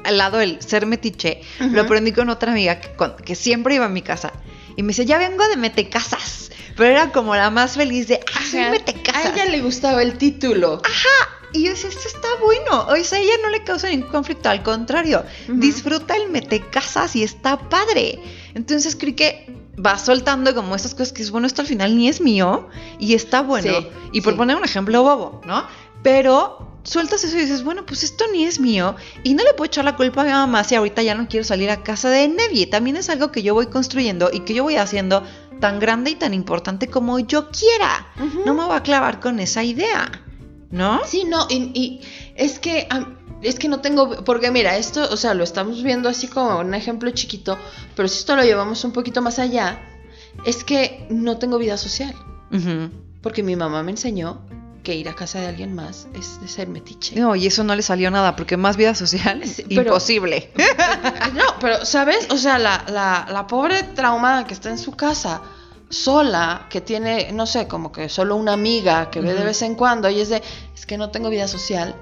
A: al lado el ser metiche,
B: Ujú.
A: lo aprendí con otra amiga que, con- que siempre iba a mi casa. Y me dice, ya vengo de metecasas. Pero era como la más feliz de, ah, soy
B: Ajá.
A: metecasas.
B: A ella le gustaba el título.
A: Ah, Y yo decía, esto está bueno. O sea, a ella no le causa ningún conflicto, al contrario,
B: Ujú.
A: disfruta el metecasas y está padre. Entonces creo que va soltando como estas cosas que es bueno, esto al final ni es mío y está bueno.
B: Sí,
A: y por
B: sí.
A: poner un ejemplo bobo, ¿no? Pero sueltas eso y dices, bueno, pues esto ni es mío y no le puedo echar la culpa a mi mamá si ahorita ya no quiero salir a casa de nadie. También es algo que yo voy construyendo y que yo voy haciendo tan grande y tan importante como yo quiera.
B: Ujú.
A: No me voy a clavar con esa idea, ¿no?
B: Sí, no, y, y es que am, es que no tengo, porque mira, esto, o sea, lo estamos viendo así como un ejemplo chiquito, pero si esto lo llevamos un poquito más allá, es que no tengo vida social,
A: Ujú.
B: porque mi mamá me enseñó que ir a casa de alguien más es de ser metiche.
A: No, y eso no le salió nada, porque más vida social es *laughs*
B: Sí, pero-
A: imposible.
B: No, pero, ¿sabes? O sea, la, la, la pobre traumada que está en su casa, sola, que tiene, no sé, como que solo una amiga que ve de
A: Ujú.
B: vez en cuando, y es de, es que no tengo vida social,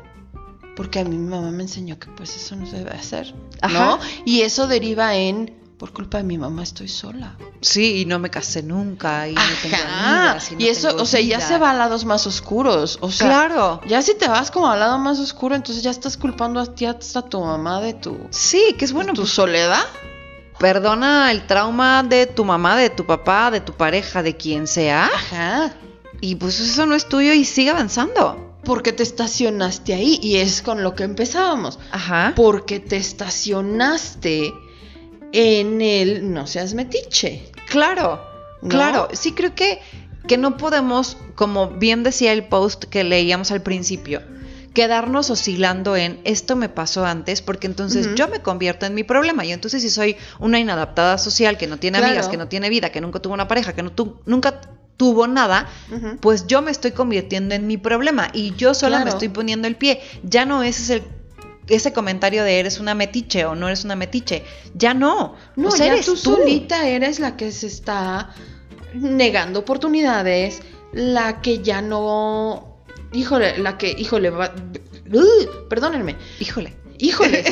B: porque a mí mi mamá me enseñó que pues eso no se debe hacer,
A: Ajá.
B: ¿no? Y eso deriva en, por culpa de mi mamá estoy sola.
A: Sí, y no me casé nunca, y no tengo
B: Ajá.
A: amigas, y, no
B: y eso,
A: tengo
B: o sea, ya
A: vida.
B: se va a lados más oscuros, o sea...
A: claro.
B: Ya si te vas como al lado más oscuro, entonces ya estás culpando a ti hasta tu mamá de tu,
A: Sí, que es bueno.
B: de tu
A: pues,
B: soledad.
A: perdona el trauma de tu mamá, de tu papá, de tu pareja, de quien sea.
B: Ajá.
A: Y pues eso no es tuyo y sigue avanzando.
B: porque te estacionaste ahí y es con lo que empezábamos.
A: Ajá.
B: Porque te estacionaste en el no seas metiche.
A: Claro,
B: ¿No?
A: claro. Sí creo que, que no podemos, como bien decía el post que leíamos al principio, quedarnos oscilando en esto me pasó antes porque entonces
B: Ujú.
A: yo me convierto en mi problema. Y entonces si soy una inadaptada social que no tiene
B: Claro.
A: amigas, que no tiene vida, que nunca tuvo una pareja, que no tu- nunca tuvo nada,
B: Ujú.
A: pues yo me estoy convirtiendo en mi problema y yo sola me
B: Claro.
A: estoy poniendo el pie. Ya no ese es el ese comentario de eres una metiche o no eres una metiche. Ya no.
B: No,
A: O sea,
B: ya
A: eres
B: Pues tú, solita eres la que se está negando oportunidades, la que ya no. Híjole, la que, híjole, va- ¡Ugh! perdónenme,
A: Híjole.
B: *laughs* híjole,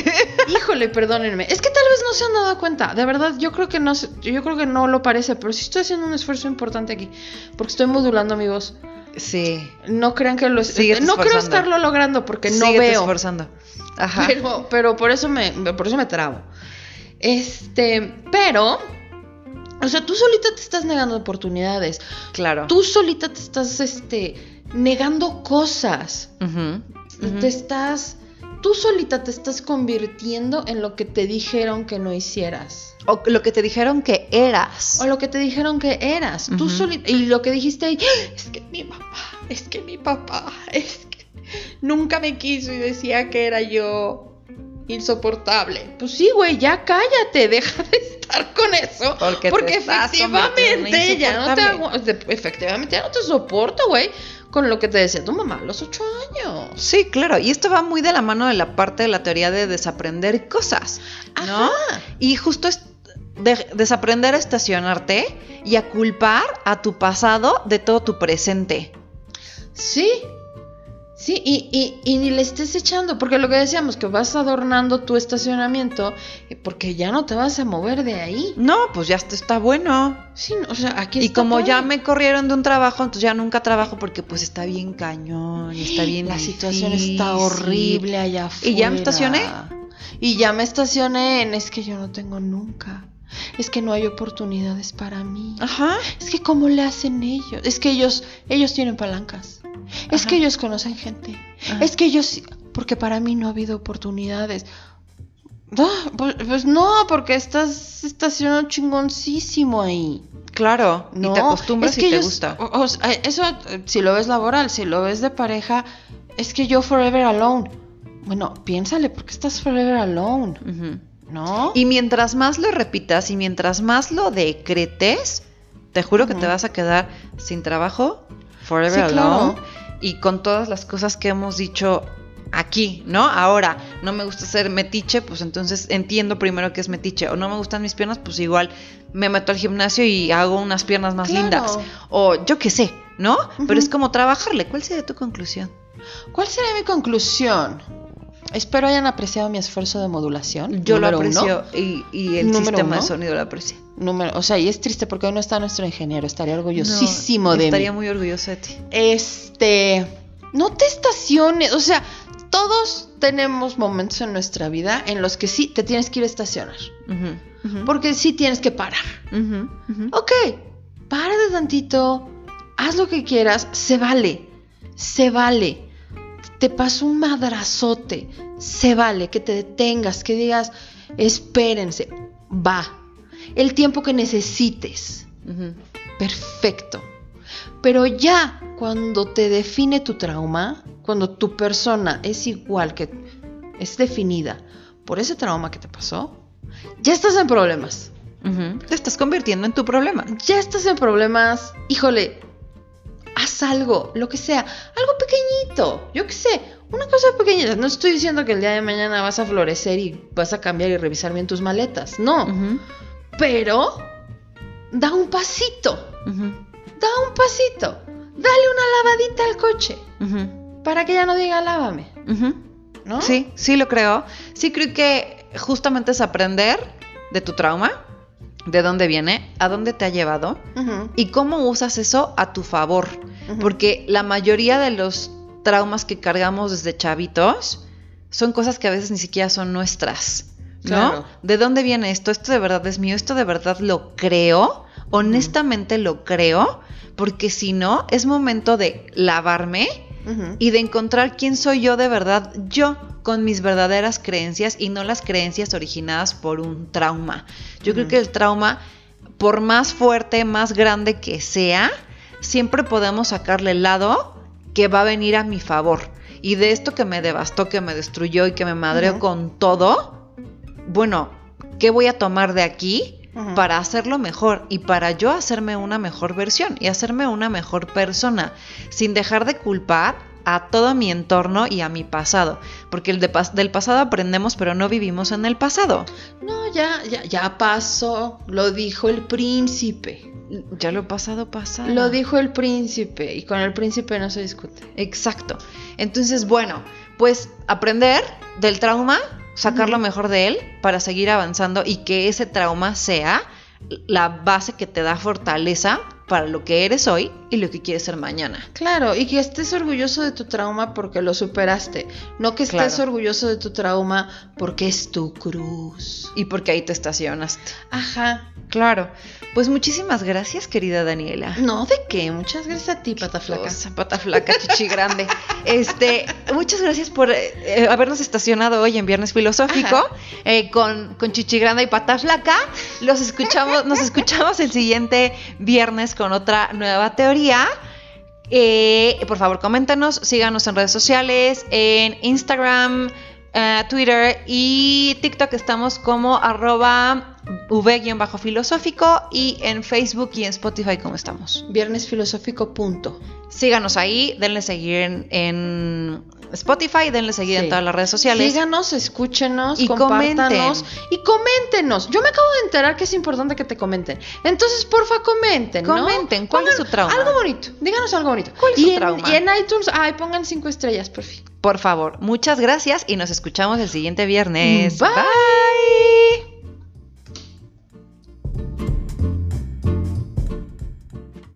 B: híjole, perdónenme. Es que tal vez no se han dado cuenta. De verdad, yo creo que no, se- yo creo que no lo parece, pero sí estoy haciendo un esfuerzo importante aquí, porque estoy modulando mi voz.
A: Sí.
B: No crean que lo
A: Síguete
B: no creo
A: esforzando.
B: estarlo logrando porque no
A: Síguete
B: veo.
A: esforzando. Ajá.
B: Pero, pero por eso me, me- por eso me trabo. Este, pero, o sea, tú solita te estás negando oportunidades.
A: claro.
B: Tú solita te estás, este, negando cosas.
A: Ujú, ujú.
B: Te estás, tú solita te estás convirtiendo en lo que te dijeron que no hicieras.
A: O lo que te dijeron que eras.
B: O lo que te dijeron que eras. Tú
A: Ujú.
B: solita. Y lo que dijiste ahí, es que mi papá, es que mi papá, es que nunca me quiso y decía que era yo insoportable. Pues sí, güey, ya cállate, *laughs* deja de estar con eso.
A: Porque te estás
B: efectivamente
A: convirtiendo en
B: ya no te
A: insoportable.
B: agu- de- efectivamente ya no te soporto, güey, con lo que te decía tu mamá a los ocho años.
A: Sí, claro. Y esto va muy de la mano de la parte de la teoría de desaprender cosas. ¿No?
B: Ajá.
A: Y justo es de- desaprender a estacionarte y a culpar a tu pasado de todo tu presente.
B: Sí. Sí, y, y- y ni le estés echando, porque lo que decíamos, que vas adornando tu estacionamiento, eh, porque ya no te vas a mover de ahí.
A: No, pues ya esto está bueno.
B: Sí, no, o sea, aquí
A: Y
B: está
A: como
B: todo.
A: ya me corrieron de un trabajo, entonces ya nunca trabajo porque pues está bien cañón, está bien
B: La situación
A: difícil.
B: está horrible allá afuera.
A: ¿Y ya me estacioné?
B: Y ya me estacioné en, es que yo no tengo nunca. Es que no hay oportunidades para mí.
A: Ajá.
B: Es que cómo le hacen ellos. Es que ellos, ellos tienen palancas. Es
A: Ajá.
B: que ellos conocen gente.
A: Ajá.
B: Es que ellos, sí- porque para mí no ha habido oportunidades. Ah, pues, pues no, porque estás estacionado chingoncísimo ahí.
A: Claro,
B: No,
A: y te acostumbras
B: es que
A: y te
B: ellos-
A: gusta.
B: o- o sea, eso, eh, si lo ves laboral, si lo ves de pareja, es que yo forever alone. Bueno, piénsale, ¿por qué estás forever alone?
A: Ujú.
B: ¿No?
A: Y mientras más lo repitas y mientras más lo decretes, te juro que
B: Ujú.
A: te vas a quedar sin trabajo, forever
B: Sí,
A: alone,
B: claro.
A: y con todas las cosas que hemos dicho aquí, ¿no? Ahora, no me gusta ser metiche, pues entonces entiendo primero que es metiche, o no me gustan mis piernas, pues igual me meto al gimnasio y hago unas piernas más
B: Claro.
A: lindas, o yo qué sé, ¿no? Pero es
B: Ujú.
A: como trabajarle, ¿cuál sería tu conclusión?
B: ¿Cuál sería mi conclusión? Espero hayan apreciado mi esfuerzo de modulación.
A: Yo lo
B: número uno.
A: aprecio y, y el
B: Número
A: sistema de
B: uno.
A: sonido lo aprecia.
B: Número, o sea, y es triste porque hoy no está nuestro ingeniero. Estaría orgullosísimo
A: No,
B: de mí.
A: Estaría muy orgulloso de ti.
B: Este, no te estaciones, o sea, todos tenemos momentos en nuestra vida en los que sí te tienes que ir a estacionar,
A: Ujú, ujú,
B: porque sí tienes que parar.
A: ujú, ujú.
B: Ok, párate tantito, haz lo que quieras, se vale, se vale. Te pasó un madrazote, se vale que te detengas, que digas, espérense, va, el tiempo que necesites.
A: Ujú.
B: Perfecto. Pero ya cuando te define tu trauma, cuando tu persona es igual que es definida por ese trauma que te pasó, ya estás en problemas.
A: Ujú. Te estás convirtiendo en tu problema.
B: Ya estás en problemas. Híjole, haz algo, lo que sea, algo pequeñito, yo qué sé, una cosa pequeñita. No estoy diciendo que el día de mañana vas a florecer y vas a cambiar y revisar bien tus maletas, no.
A: Ujú,
B: Pero da un pasito.
A: ujú,
B: da un pasito, dale una lavadita al coche,
A: ujú,
B: para que ya no diga lávame,
A: ujú.
B: ¿no?
A: Sí, sí lo creo. Sí creo que justamente es aprender de tu trauma, de dónde viene, a dónde te ha llevado
B: Ujú,
A: y cómo usas eso a tu favor.
B: ujú.
A: Porque la mayoría de los traumas que cargamos desde chavitos son cosas que a veces ni siquiera son nuestras, ¿no?
B: Claro.
A: ¿De dónde viene esto? ¿Esto de verdad es mío? ¿Esto de verdad lo creo? Honestamente lo creo, porque si no, es momento de lavarme
B: Ujú.
A: y de encontrar quién soy yo de verdad, yo con mis verdaderas creencias y no las creencias originadas por un trauma. Yo creo
B: Ujú.
A: que el trauma, por más fuerte, más grande que sea, siempre podemos sacarle el lado que va a venir a mi favor. Y de esto que me devastó, que me destruyó y que me madreó
B: Ujú.
A: con todo, bueno, ¿qué voy a tomar de aquí
B: Ujú.
A: para hacerlo mejor y para yo hacerme una mejor versión y hacerme una mejor persona? Sin dejar de culpar a todo mi entorno y a mi pasado. Porque el de pas- del pasado aprendemos, pero no vivimos en el pasado.
B: No, ya, ya, ya pasó, lo dijo el príncipe,
A: Ya lo pasado pasado.
B: lo dijo el príncipe, y con el príncipe no se discute.
A: Exacto. Entonces, bueno, pues aprender del trauma, sacar lo
B: Ujú.
A: mejor de él para seguir avanzando y que ese trauma sea la base que te da fortaleza para lo que eres hoy y lo que quieres ser mañana.
B: Claro, y que estés orgulloso de tu trauma porque lo superaste, no que estés
A: Claro.
B: orgulloso de tu trauma porque es tu cruz.
A: Y porque ahí te estacionaste.
B: Ajá.
A: Claro. Pues muchísimas gracias, querida Daniela.
B: No, ¿de qué? Muchas gracias a ti, pata
A: Flaca,
B: flaca.
A: zapata flaca, chichi grande. Este, muchas gracias por eh, eh, habernos estacionado hoy en Viernes Filosófico
B: Ajá.
A: eh, con, con chichi grande y pata flaca. Los escuchamos, nos escuchamos el siguiente viernes con otra nueva teoría. Eh, por favor, coméntanos, síganos en redes sociales, en Instagram, eh, Twitter y TikTok estamos como arroba v-filosófico y en Facebook y en Spotify como estamos.
B: Viernes filosófico punto.
A: Síganos ahí, denle seguir en, en Spotify, denle seguir
B: Sí.
A: en todas las redes sociales.
B: Síganos, escúchenos,
A: Y
B: compártanos
A: comenten.
B: y coméntenos. Yo me acabo de enterar que es importante que te comenten. Entonces, porfa, comenten, ¿no?
A: Comenten, ¿cuál es
B: Pongan
A: su trauma?
B: Algo bonito, díganos algo bonito.
A: ¿Cuál es
B: y
A: su
B: en,
A: trauma?
B: Y en iTunes, ay, pongan cinco estrellas, por fin.
A: Por favor, muchas gracias y nos escuchamos el siguiente viernes.
B: Bye.